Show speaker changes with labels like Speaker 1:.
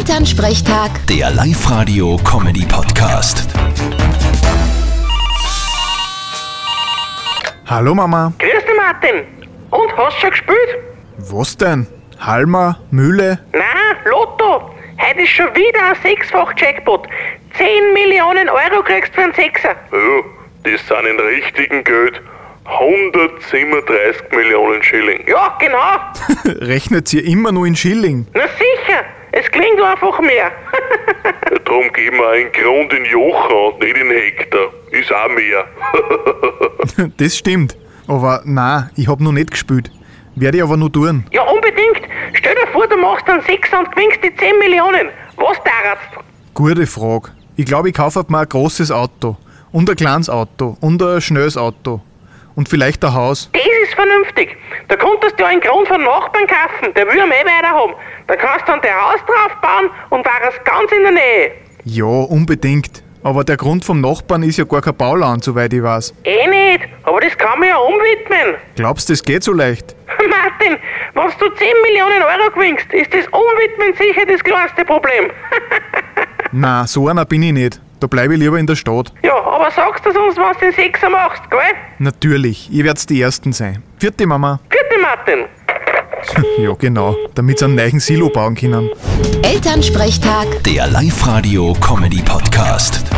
Speaker 1: Elternsprechtag,
Speaker 2: Der Live-Radio-Comedy-Podcast.
Speaker 3: Hallo Mama,
Speaker 4: Grüß dich, Martin. Und hast schon gespielt?
Speaker 3: was denn? Halmer, Mühle,
Speaker 4: Nein, Lotto. Heute ist schon wieder ein Sechsfach-Jackpot. 10 Millionen Euro kriegst du für einen Sechser.
Speaker 5: Ja, das sind in richtigen Geld 137 Millionen Schilling.
Speaker 4: Ja, genau.
Speaker 3: rechnet ihr immer nur in Schilling?
Speaker 4: Na sicher. Es klingt einfach mehr.
Speaker 5: Darum geben wir einen Grund in Jocher und nicht in Hektar. Ist auch mehr.
Speaker 3: Das stimmt. Aber na, ich hab noch nicht gespielt. Werde ich aber nur tun.
Speaker 4: ja, unbedingt. Stell dir vor, du machst einen Sechser und gewinnst die 10 Millionen. Was darat's?
Speaker 3: Gute Frage. Ich glaube, ich kaufe mir ein großes Auto. Und ein kleines Auto. Und ein schnelles Auto. Und vielleicht ein Haus.
Speaker 4: Das ist vernünftig. Da konntest du einen Grund von Nachbarn kaufen. Der will am eh weiter haben. Da kannst du dann dein Haus draufbauen und warst ganz in der Nähe.
Speaker 3: Ja, unbedingt. Aber der Grund vom Nachbarn ist ja gar kein Bauland, soweit ich weiß.
Speaker 4: Eh nicht. Aber das kann man ja umwidmen.
Speaker 3: Glaubst du, das geht so leicht?
Speaker 4: Martin, wenn du 10 Millionen Euro gewinnst, ist das Umwidmen sicher das kleinste Problem.
Speaker 3: Na, so einer bin ich nicht. Da bleibe ich lieber in der Stadt.
Speaker 4: ja, aber sagst du uns, was du den Sechser machst, gell?
Speaker 3: Natürlich, ihr werdet die Ersten sein. Vierte Mama.
Speaker 4: Gute Martin.
Speaker 3: Ja, genau. Damit sie einen neuen Silo bauen können.
Speaker 1: Elternsprechtag.
Speaker 2: Der Live-Radio-Comedy-Podcast.